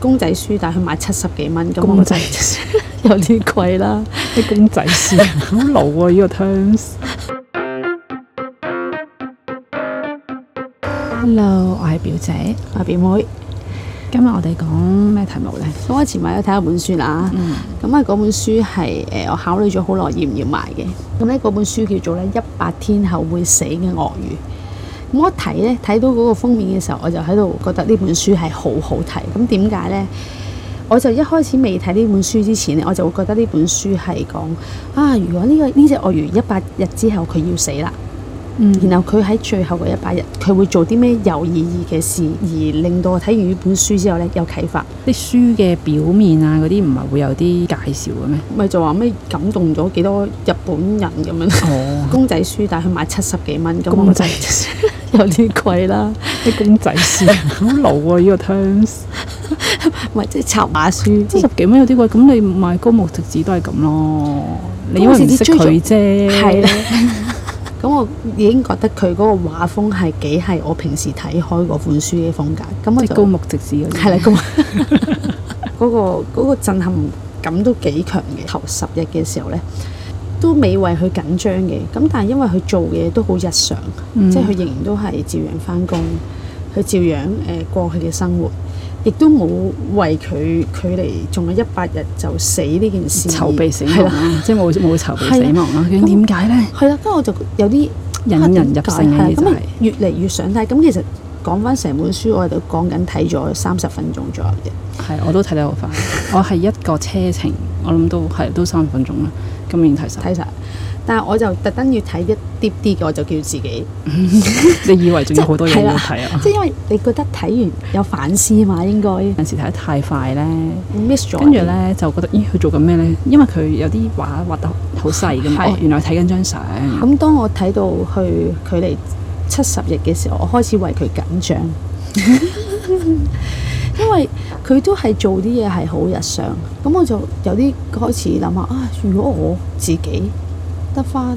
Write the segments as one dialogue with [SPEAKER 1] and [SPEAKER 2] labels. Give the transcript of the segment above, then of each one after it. [SPEAKER 1] 公仔書，但係佢賣七十幾蚊，咁
[SPEAKER 2] 公仔
[SPEAKER 1] 我就有啲貴啦。
[SPEAKER 2] 啲公仔書，好老啊！呢、個 terms。Hello，我係表姐。
[SPEAKER 1] 阿啊表妹，
[SPEAKER 2] 今日我哋講咩題目呢？
[SPEAKER 1] 咁我前排都睇一本書啦，
[SPEAKER 2] 嗯，
[SPEAKER 1] 咁啊嗰本書係誒、呃我考慮咗好耐要唔要買嘅。咁咧嗰本書叫做咧一百天後會死嘅鱷魚。咁我一睇咧睇到嗰個封面嘅時候，我就喺度覺得呢本書係好好睇。咁點解咧？我就一開始未睇呢本書之前咧，我就會覺得呢本書係講啊，如果呢、個呢只鱷魚一百日之後佢要死啦。
[SPEAKER 2] 嗯，
[SPEAKER 1] 然後佢喺最後嘅一百日，佢會做啲咩有意義嘅事，而令到我睇完呢本書之後呢，有啟發，
[SPEAKER 2] 啲書嘅表面啊，嗰啲唔係會有啲介紹嘅咩？
[SPEAKER 1] 咪就話咩感動咗幾多日本人咁樣。
[SPEAKER 2] 哦，
[SPEAKER 1] 公仔書，但係佢賣七十幾蚊，咁我
[SPEAKER 2] 公仔
[SPEAKER 1] 就有啲貴啦。
[SPEAKER 2] 啲公仔書，好老啊！呢、個 terms。
[SPEAKER 1] 咪即係插畫書，
[SPEAKER 2] 七十幾蚊有啲貴，咁你買高木直子都係咁咯。你因為唔識佢啫，
[SPEAKER 1] 係啦。咁我已經覺得佢嗰個畫風係幾係我平時睇開嗰本書嘅風格。咁我
[SPEAKER 2] 即係高
[SPEAKER 1] 就
[SPEAKER 2] 木直子嗰啲。
[SPEAKER 1] 係啦，咁 嗰、個嗰個震撼感都幾強嘅。頭十日嘅時候呢，都未為佢緊張嘅。咁但係因為佢做嘅嘢都好日常，
[SPEAKER 2] 嗯
[SPEAKER 1] 即係佢仍然都係照樣翻工，佢照樣誒、呃、過佢嘅生活，亦都冇為佢距離仲有一百日就死呢件事
[SPEAKER 2] 籌備死
[SPEAKER 1] 係
[SPEAKER 2] 亡
[SPEAKER 1] 啦，
[SPEAKER 2] 啦，即係冇冇籌備死亡啦。究
[SPEAKER 1] 咁
[SPEAKER 2] 竟點解咧？
[SPEAKER 1] 係啦。跟住我就有啲
[SPEAKER 2] 引
[SPEAKER 1] 啊
[SPEAKER 2] 人入
[SPEAKER 1] 點解
[SPEAKER 2] 勝
[SPEAKER 1] 係
[SPEAKER 2] 嘅
[SPEAKER 1] 啊
[SPEAKER 2] 呢就
[SPEAKER 1] 咁
[SPEAKER 2] 係
[SPEAKER 1] 咪越嚟越想睇。咁其實講翻成本書，我哋都講緊睇咗三十分鐘左右嘅。
[SPEAKER 2] 係，我都睇得好快。我係一個車程，我諗都係都三分鐘啦。咁已經睇晒。
[SPEAKER 1] 睇晒。但係我就特登要睇一啲啲嘅，我就叫自己，
[SPEAKER 2] 你以為仲有好多嘢
[SPEAKER 1] 係啦
[SPEAKER 2] 要睇啊？
[SPEAKER 1] 即係因為你覺得睇完有反思嘛，應該
[SPEAKER 2] 有時睇得太快咧，
[SPEAKER 1] miss 咗。
[SPEAKER 2] 跟住，咧就覺得咦佢做緊咩咧？因為佢有啲畫畫得好細㗎嘛。
[SPEAKER 1] 係
[SPEAKER 2] 哦，原來睇緊張相。
[SPEAKER 1] 咁當我睇到去距離七十日嘅時候，我開始為佢緊張， 因為佢都係做啲嘢係好日常，咁我就有啲開始諗下啊，如果我自己得翻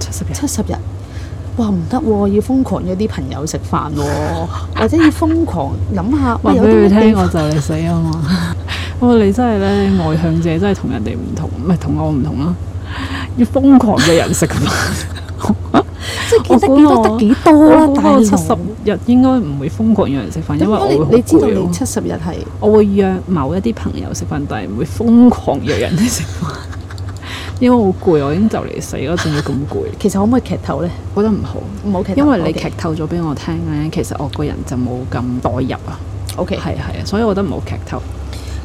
[SPEAKER 2] 七十日。
[SPEAKER 1] 七十日，哇唔得喎，要瘋狂約啲朋友食飯喎、 或者要瘋狂諗下，喂
[SPEAKER 2] 話俾
[SPEAKER 1] 有啲
[SPEAKER 2] 佢
[SPEAKER 1] 咩地
[SPEAKER 2] 聽，
[SPEAKER 1] 方
[SPEAKER 2] 我就嚟死啊嘛！ 哇！你真係咧外向者，真係同人哋唔同，唔係同我唔同啦，啊要瘋狂嘅人食飯。
[SPEAKER 1] 即係見得幾多得幾多啦，
[SPEAKER 2] 啊我
[SPEAKER 1] 大
[SPEAKER 2] 嗰
[SPEAKER 1] 佬
[SPEAKER 2] 個七十日應該唔會瘋狂約人食飯，因為我
[SPEAKER 1] 咁
[SPEAKER 2] 會好
[SPEAKER 1] 你你知道
[SPEAKER 2] 攰啊
[SPEAKER 1] 你
[SPEAKER 2] 咯
[SPEAKER 1] 七十日係
[SPEAKER 2] 我會約某一啲朋友食飯，但係唔會瘋狂約人哋食飯， 因為我好攰，我已經就嚟死啦，仲要咁攰，
[SPEAKER 1] 其實可唔可以劇透咧？
[SPEAKER 2] 覺得唔好。
[SPEAKER 1] 唔好劇透，
[SPEAKER 2] 因為你劇透咗俾我聽咧，其實我個人就冇咁代入啊，
[SPEAKER 1] O K，
[SPEAKER 2] 係係啊，所以我覺得唔好劇透。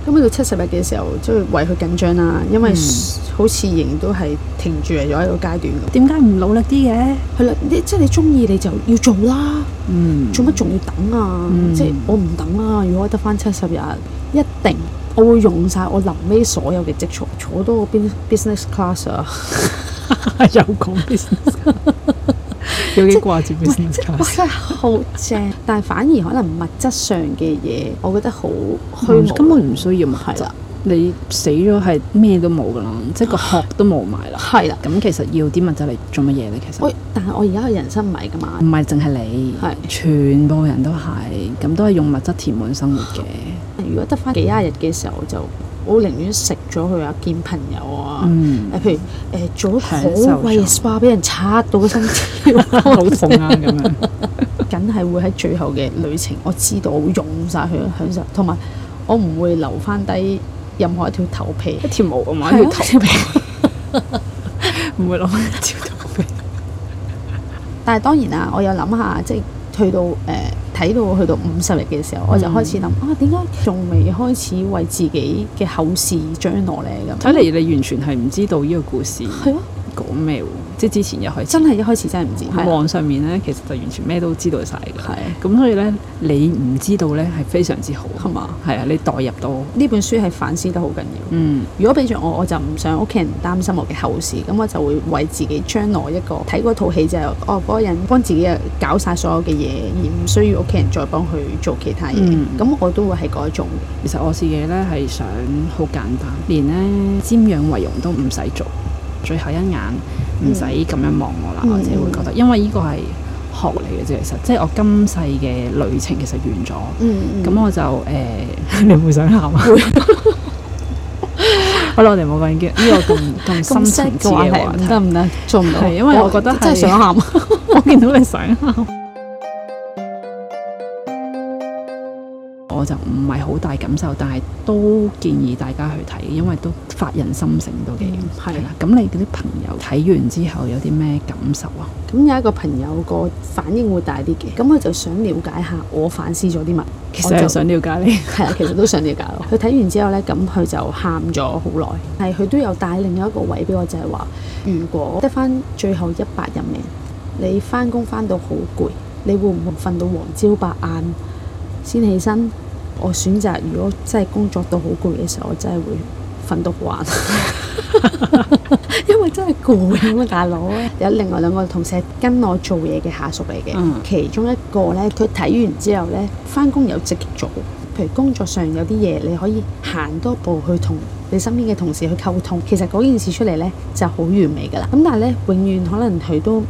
[SPEAKER 1] 咁去到七十日嘅時候，即係為佢緊張啦，因為
[SPEAKER 2] 嗯
[SPEAKER 1] 好似仍然都係停住咗喺個階段咁。
[SPEAKER 2] 點解唔努力啲嘅？
[SPEAKER 1] 係啦，你即係你中意你就要做啦，
[SPEAKER 2] 嗯，
[SPEAKER 1] 做乜仲要等啊？
[SPEAKER 2] 嗯
[SPEAKER 1] 即係我唔等啦，如果我得翻七十日，一定我會用晒我臨尾所有嘅積蓄，坐多個 bus- business class 啊！
[SPEAKER 2] 又講 business，有幾掛住
[SPEAKER 1] 喂
[SPEAKER 2] business
[SPEAKER 1] 即係哇
[SPEAKER 2] class？
[SPEAKER 1] 真係好正，但係反而可能物質上嘅嘢，我覺得好虛
[SPEAKER 2] 佢
[SPEAKER 1] 無。啊
[SPEAKER 2] 根本唔需要物
[SPEAKER 1] 係
[SPEAKER 2] 質
[SPEAKER 1] 啦，
[SPEAKER 2] 你死咗係咩都冇噶啦，即係個殼都冇埋啦。
[SPEAKER 1] 係啦，
[SPEAKER 2] 咁其實要啲物質嚟做乜嘢咧？其實
[SPEAKER 1] 我但係我而家嘅人生唔係㗎啊嘛
[SPEAKER 2] 唔，係淨係你
[SPEAKER 1] 係，
[SPEAKER 2] 全部人都係，咁都係用物質填滿生活嘅。
[SPEAKER 1] 如果得翻幾廿日嘅時候，就我寧願食咗佢啊，見朋友啊。
[SPEAKER 2] 嗯，
[SPEAKER 1] 誒，譬如誒、做咗好
[SPEAKER 2] 享受
[SPEAKER 1] 貴嘅
[SPEAKER 2] 咗
[SPEAKER 1] SPA，俾人拆到個身跳，
[SPEAKER 2] 好痛啊咁樣。
[SPEAKER 1] 梗係會喺最後嘅旅程，我知道我會用晒佢享受，同埋我唔會留翻低任何一條頭皮。
[SPEAKER 2] 一條毛啊嘛，
[SPEAKER 1] 係啊
[SPEAKER 2] 一條頭皮， 唔會攞一條頭皮。
[SPEAKER 1] 但係當然啊啦，我又諗下，即係去到誒呃睇、到去到五十日嘅時候，我就開始諗、啊，點解仲未開始為自己嘅後事張羅咧咁？
[SPEAKER 2] 睇嚟你完全係唔知道呢個故事
[SPEAKER 1] 係啊，
[SPEAKER 2] 講咩喎，即係之前一開始。
[SPEAKER 1] 真係一開始真係唔知，
[SPEAKER 2] 喺
[SPEAKER 1] 係啊
[SPEAKER 2] 網上面咧，其實就完全咩都知道晒㗎。
[SPEAKER 1] 係啊
[SPEAKER 2] 咁所以咧，你唔知道咧係非常之好，
[SPEAKER 1] 係嘛？
[SPEAKER 2] 係啊，你代入到，
[SPEAKER 1] 呢本書係反思得好緊要。
[SPEAKER 2] 嗯，
[SPEAKER 1] 如果俾着我，我就唔想屋企人擔心我嘅後事，咁我就會為自己將來一個睇嗰套戲就係、哦嗰、個人幫自己搞晒所有嘅嘢，而唔需要屋企人再幫佢做其他嘢。
[SPEAKER 2] 嗯
[SPEAKER 1] 咁、我都會係嗰一種
[SPEAKER 2] 其實我自己咧係想好簡單，連咧瞻仰遺容都唔使做，最後一眼唔使咁樣望我啦，
[SPEAKER 1] 嗯
[SPEAKER 2] 我自己會覺得，因為呢個係學嚟嘅啫。其實即係我今世嘅旅程其實完咗，
[SPEAKER 1] 嗯
[SPEAKER 2] 咁、我就誒、 你會想喊啊？ 好啦，我哋冇問嘅呢個咁咁
[SPEAKER 1] 咁
[SPEAKER 2] 深層
[SPEAKER 1] sad
[SPEAKER 2] 次
[SPEAKER 1] 嘅話
[SPEAKER 2] 嘅
[SPEAKER 1] 題
[SPEAKER 2] 話
[SPEAKER 1] 唔
[SPEAKER 2] 題。
[SPEAKER 1] 得唔得，做唔到。
[SPEAKER 2] 係因為我覺得
[SPEAKER 1] 真係
[SPEAKER 2] 係
[SPEAKER 1] 想喊。
[SPEAKER 2] 我見到你想喊，我就唔係好大感受，但係都建議大家去睇，因為都發人心醒都幾
[SPEAKER 1] 嗯係
[SPEAKER 2] 啦。咁你嗰啲朋友睇完之後有啲咩感受啊？
[SPEAKER 1] 咁有一個朋友個反應會大啲嘅，咁佢就想了解下我反思咗啲乜。
[SPEAKER 2] 其
[SPEAKER 1] 我
[SPEAKER 2] 實
[SPEAKER 1] 就
[SPEAKER 2] 係想了解你，
[SPEAKER 1] 係啊，其實都想了解咯。佢睇完之後呢，咁佢就喊咗好耐。係佢都有帶另一個位俾我，就係、話，如果得翻最後一百日命，你翻工翻到好攰，你會唔會瞓到黃朝白晏先起身？我選擇如果真係工作到好攰嘅時候，我真係會瞓到好晏。因為真係攰啊，大佬。有另外兩個同事係跟我做嘢嘅下屬嚟嘅，
[SPEAKER 2] 嗯
[SPEAKER 1] 其中一個呢，佢睇完之後呢，翻工有積極做，譬如工作上有啲嘢你可以行多步去同你身邊嘅同事去溝通，其實嗰件事出嚟呢就好完美㗎啦。咁但係呢，永遠可能佢都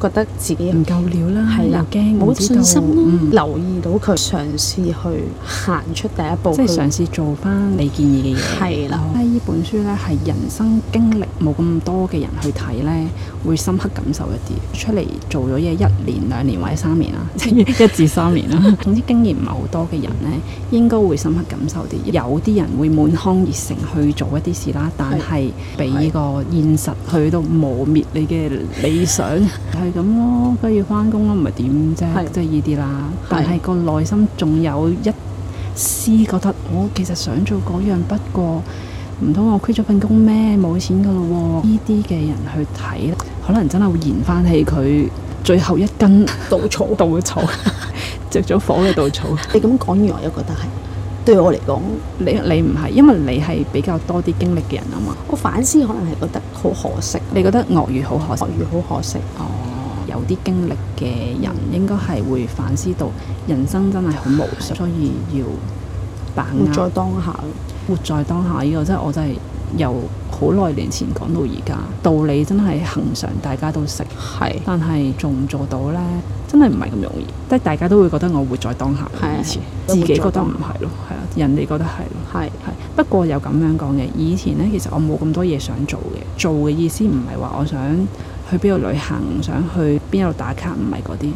[SPEAKER 1] 覺得自己
[SPEAKER 2] 唔夠料啦，
[SPEAKER 1] 係
[SPEAKER 2] 嗯又
[SPEAKER 1] 啦
[SPEAKER 2] 驚，唔
[SPEAKER 1] 冇
[SPEAKER 2] 知道
[SPEAKER 1] 信心咯，
[SPEAKER 2] 嗯
[SPEAKER 1] 留意到佢嘗試去行出第一步，
[SPEAKER 2] 即係
[SPEAKER 1] 去
[SPEAKER 2] 嘗試做翻你建議嘅嘢。哦
[SPEAKER 1] 係啦。
[SPEAKER 2] 呢依本書呢，係人生經歷冇咁多嘅人去睇呢，會深刻感受一啲。出嚟做咗嘢一年、兩年或者三年啦，即係 一至三年啦。總之經驗唔係好多嘅人呢，應該會深刻感受啲。有啲人會滿腔熱誠去做一啲事啦，但係俾個現實去到磨滅你嘅理想，係咁咯。跟住翻工咯，唔係點
[SPEAKER 1] 係
[SPEAKER 2] 啫？即係呢啲啦。但係個內心仲有一絲覺得我其實想做嗰樣，不過唔通我 quit 咗份工咩？冇錢噶咯喎！呢啲嘅人去睇，可能真係會燃翻起佢最後一 根
[SPEAKER 1] 稻草。
[SPEAKER 2] 稻草， 着咗火嘅稻草。
[SPEAKER 1] 你咁講完，我又覺得係對我嚟講，
[SPEAKER 2] 你你唔係，因為你係比較多啲經歷嘅人啊嘛。
[SPEAKER 1] 我反思可能係覺得好可惜，
[SPEAKER 2] 你覺得鱷魚好可惜
[SPEAKER 1] 學？語好可惜。
[SPEAKER 2] 哦，有啲經歷嘅人應該係會反思到人生真係好無常，所以要把
[SPEAKER 1] 活
[SPEAKER 2] 握
[SPEAKER 1] 在當下咯。
[SPEAKER 2] 活在當下呢個真係我真係由好耐年前講到而家，道理真係恒常，大家都識，
[SPEAKER 1] 係
[SPEAKER 2] 但係做唔做到呢？真係唔係咁容易，即係大家都會覺得我活在當下
[SPEAKER 1] 係，
[SPEAKER 2] 以前
[SPEAKER 1] 係
[SPEAKER 2] 自己覺
[SPEAKER 1] 活在
[SPEAKER 2] 得
[SPEAKER 1] 當
[SPEAKER 2] 唔
[SPEAKER 1] 下
[SPEAKER 2] 係咯，係啊，人哋覺得係咯。
[SPEAKER 1] 係
[SPEAKER 2] 係，啊不過又咁樣講嘅，以前呢，其實我冇咁多嘢想做嘅，做嘅意思唔係話我想去邊度旅行，想去邊度打卡，唔係嗰啲，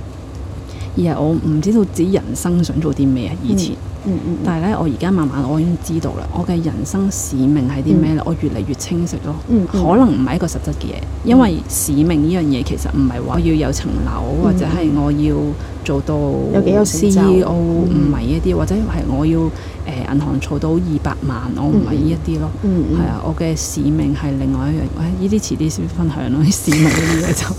[SPEAKER 2] 而係我唔知道自己人生想做啲咩啊。以
[SPEAKER 1] 嗯
[SPEAKER 2] 前，
[SPEAKER 1] 嗯嗯
[SPEAKER 2] 但係呢，我而家慢慢我已經知道啦，我嘅人生使命係啲咩咧？我越嚟越清晰咯。
[SPEAKER 1] 嗯，
[SPEAKER 2] 可能唔係一個實質嘅嘢，因為使命呢樣嘢其實唔係話我要有層樓，或者係我要做到
[SPEAKER 1] 嗯有幾有成就
[SPEAKER 2] CEO，唔
[SPEAKER 1] 嗯
[SPEAKER 2] 係呢啲，或者係我要誒、呃、銀行儲到二百萬，我唔係呢一啲咯。
[SPEAKER 1] 嗯
[SPEAKER 2] 係啊，我嘅使命係另外一樣，誒呢啲遲啲先分享咯。啲使命呢啲嘢就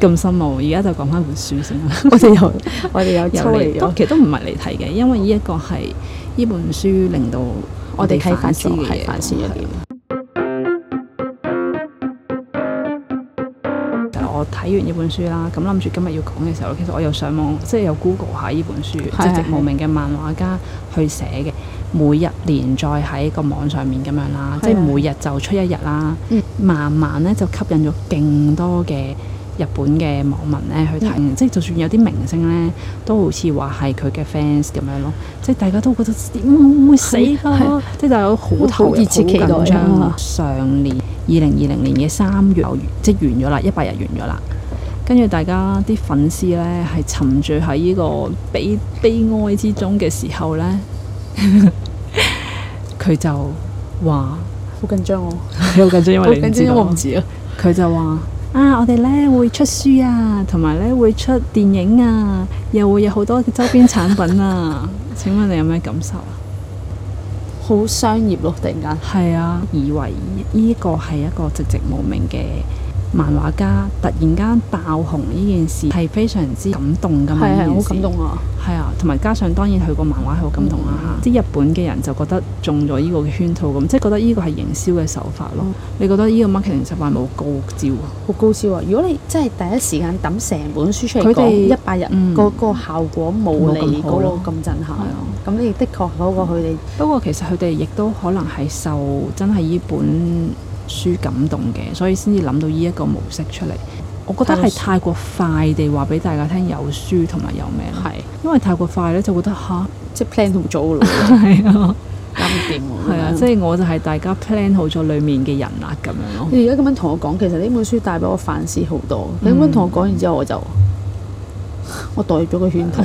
[SPEAKER 2] 咁深奧，而家就講翻本書先啦。
[SPEAKER 1] 我哋又 我哋又
[SPEAKER 2] 有
[SPEAKER 1] 抽離
[SPEAKER 2] 嚟，都
[SPEAKER 1] 咗，
[SPEAKER 2] 其實都唔係嚟睇嘅，因為呢一個係呢本書令到
[SPEAKER 1] 我哋啟發
[SPEAKER 2] 反思
[SPEAKER 1] 咗係
[SPEAKER 2] 嘅，
[SPEAKER 1] 啊
[SPEAKER 2] 嘢，
[SPEAKER 1] 反思咗
[SPEAKER 2] 係
[SPEAKER 1] 點？
[SPEAKER 2] 我睇完呢本書啦，咁諗住今日要講嘅時候，其實我又上網即係有 Google 下呢本書，即係
[SPEAKER 1] 係
[SPEAKER 2] 直無名嘅漫畫家去寫嘅，每日連載喺個網上面咁樣啦，即係
[SPEAKER 1] 係啊
[SPEAKER 2] 每日就出一日啦，
[SPEAKER 1] 嗯
[SPEAKER 2] 慢慢咧就吸引咗勁多嘅日本嘅網民咧去睇，即係就算有啲明星咧都好似話係佢嘅 fans 咁樣咯，即係大家都覺得點會唔會死
[SPEAKER 1] 係係
[SPEAKER 2] 㗎？即係大家都好投入、
[SPEAKER 1] 好熱切期待
[SPEAKER 2] 好緊張
[SPEAKER 1] 啊
[SPEAKER 2] 啊上年二零二零年嘅三月，即係完咗啦，一百日完咗啦。跟住大家啲粉絲咧係沉醉喺呢個悲悲哀之中嘅時候咧， 佢就話
[SPEAKER 1] 好緊張我，
[SPEAKER 2] 你 好緊張，因
[SPEAKER 1] 好
[SPEAKER 2] 為你
[SPEAKER 1] 緊張，
[SPEAKER 2] 唔知
[SPEAKER 1] 因為
[SPEAKER 2] 道
[SPEAKER 1] 我唔
[SPEAKER 2] 啊。
[SPEAKER 1] 知啊。
[SPEAKER 2] 佢就話啊，我哋咧會出書啊，同埋咧會出電影啊，又會有好多嘅周邊產品啊。請問你有咩感受啊？
[SPEAKER 1] 好商業咯，突然間
[SPEAKER 2] 係啊，以為呢個係一個寂寂無名嘅漫畫家，突然間爆紅呢件事係非常之感動㗎嘛，
[SPEAKER 1] 係
[SPEAKER 2] 呢
[SPEAKER 1] 係
[SPEAKER 2] 件
[SPEAKER 1] 好
[SPEAKER 2] 事
[SPEAKER 1] 感動嗯啊！
[SPEAKER 2] 係啊，同埋加上當然佢個漫畫係好感動啦嚇，啲、日本嘅人就覺得中咗呢個嘅圈套咁，即係覺得呢個係營銷嘅手法
[SPEAKER 1] 嗯
[SPEAKER 2] 咯。你覺得呢個 marketing 手法冇高招啊？
[SPEAKER 1] 好高超啊！如果你真係第一時間抌成本書出嚟
[SPEAKER 2] 佢
[SPEAKER 1] 講
[SPEAKER 2] 哋
[SPEAKER 1] 一百日，
[SPEAKER 2] 嗯
[SPEAKER 1] 個個效果冇
[SPEAKER 2] 冇咁
[SPEAKER 1] 你
[SPEAKER 2] 好
[SPEAKER 1] 嗰
[SPEAKER 2] 咯
[SPEAKER 1] 個咁震撼
[SPEAKER 2] 係啊。
[SPEAKER 1] 咁你的確好過佢哋
[SPEAKER 2] 不過其實佢哋亦都可能係受真係呢本書感動嘅，所以先至諗到呢一個模式出嚟。我覺得係太過快地話俾大家聽有書同埋有咩咯，
[SPEAKER 1] 係
[SPEAKER 2] 因為太過快咧就覺得吓，
[SPEAKER 1] 即係 plan 同做 嘅咯，
[SPEAKER 2] 係啊，
[SPEAKER 1] 搞唔掂喎。
[SPEAKER 2] 係啊，
[SPEAKER 1] 咁樣
[SPEAKER 2] 即係我就係大家 plan 好咗裡面嘅人啦咁樣咯。
[SPEAKER 1] 你而家咁樣同我講，其實呢本書帶俾我反思好多。你咁樣同我講完之後，我就我代入咗個圈套。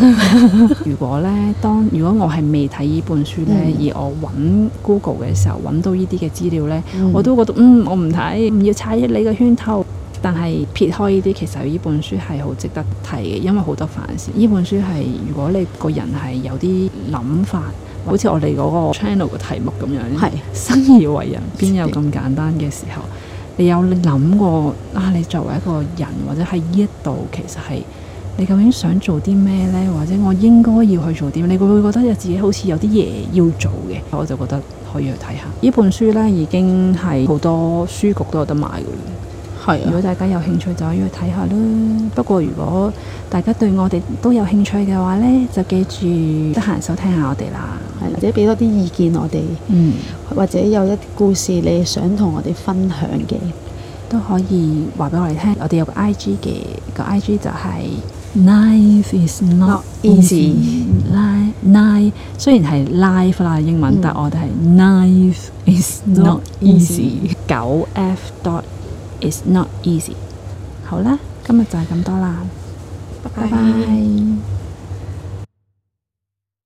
[SPEAKER 2] 如果咧，當如果我係未睇呢本書咧，而我揾 Google 嘅時候揾到呢啲嘅資料咧，我都覺得嗯，我唔睇，唔要踩你嘅圈套。但係撇開呢啲，其實呢本書係好值得睇嘅，因為好多反思。呢本書係如果你個人係有啲諗法，好似我哋嗰個 channel 嘅題目咁樣，
[SPEAKER 1] 係
[SPEAKER 2] 生而為人邊有咁簡單嘅時候？你有諗過啊？你作為一個人或者喺呢一度，其實係你究竟想做啲咩呢？或者我應該要去做啲咩？你會唔會覺得有自己好似有啲嘢要做嘅？我就覺得可以去睇下呢本書呢，已經係好多書局都有得賣㗎啦。
[SPEAKER 1] 係
[SPEAKER 2] 如
[SPEAKER 1] 啊，
[SPEAKER 2] 果大家有興趣就可以去睇下啦。不過如果大家對我哋都有興趣嘅話呢，就記住得閒收聽下我哋啦。
[SPEAKER 1] 係或者俾多啲意見我哋，
[SPEAKER 2] 嗯，
[SPEAKER 1] 或者有一啲故事你想同我哋分享嘅，
[SPEAKER 2] 都可以話俾我哋聽。我哋有個 I G 嘅，個 I G 就係 Life is not
[SPEAKER 1] Not easy
[SPEAKER 2] Life life 雖然係 life 啦英文，
[SPEAKER 1] 嗯
[SPEAKER 2] 但我哋係 life is not
[SPEAKER 1] Not
[SPEAKER 2] easy。九 F dot is not easy。好啦，今日就係咁多啦，拜拜。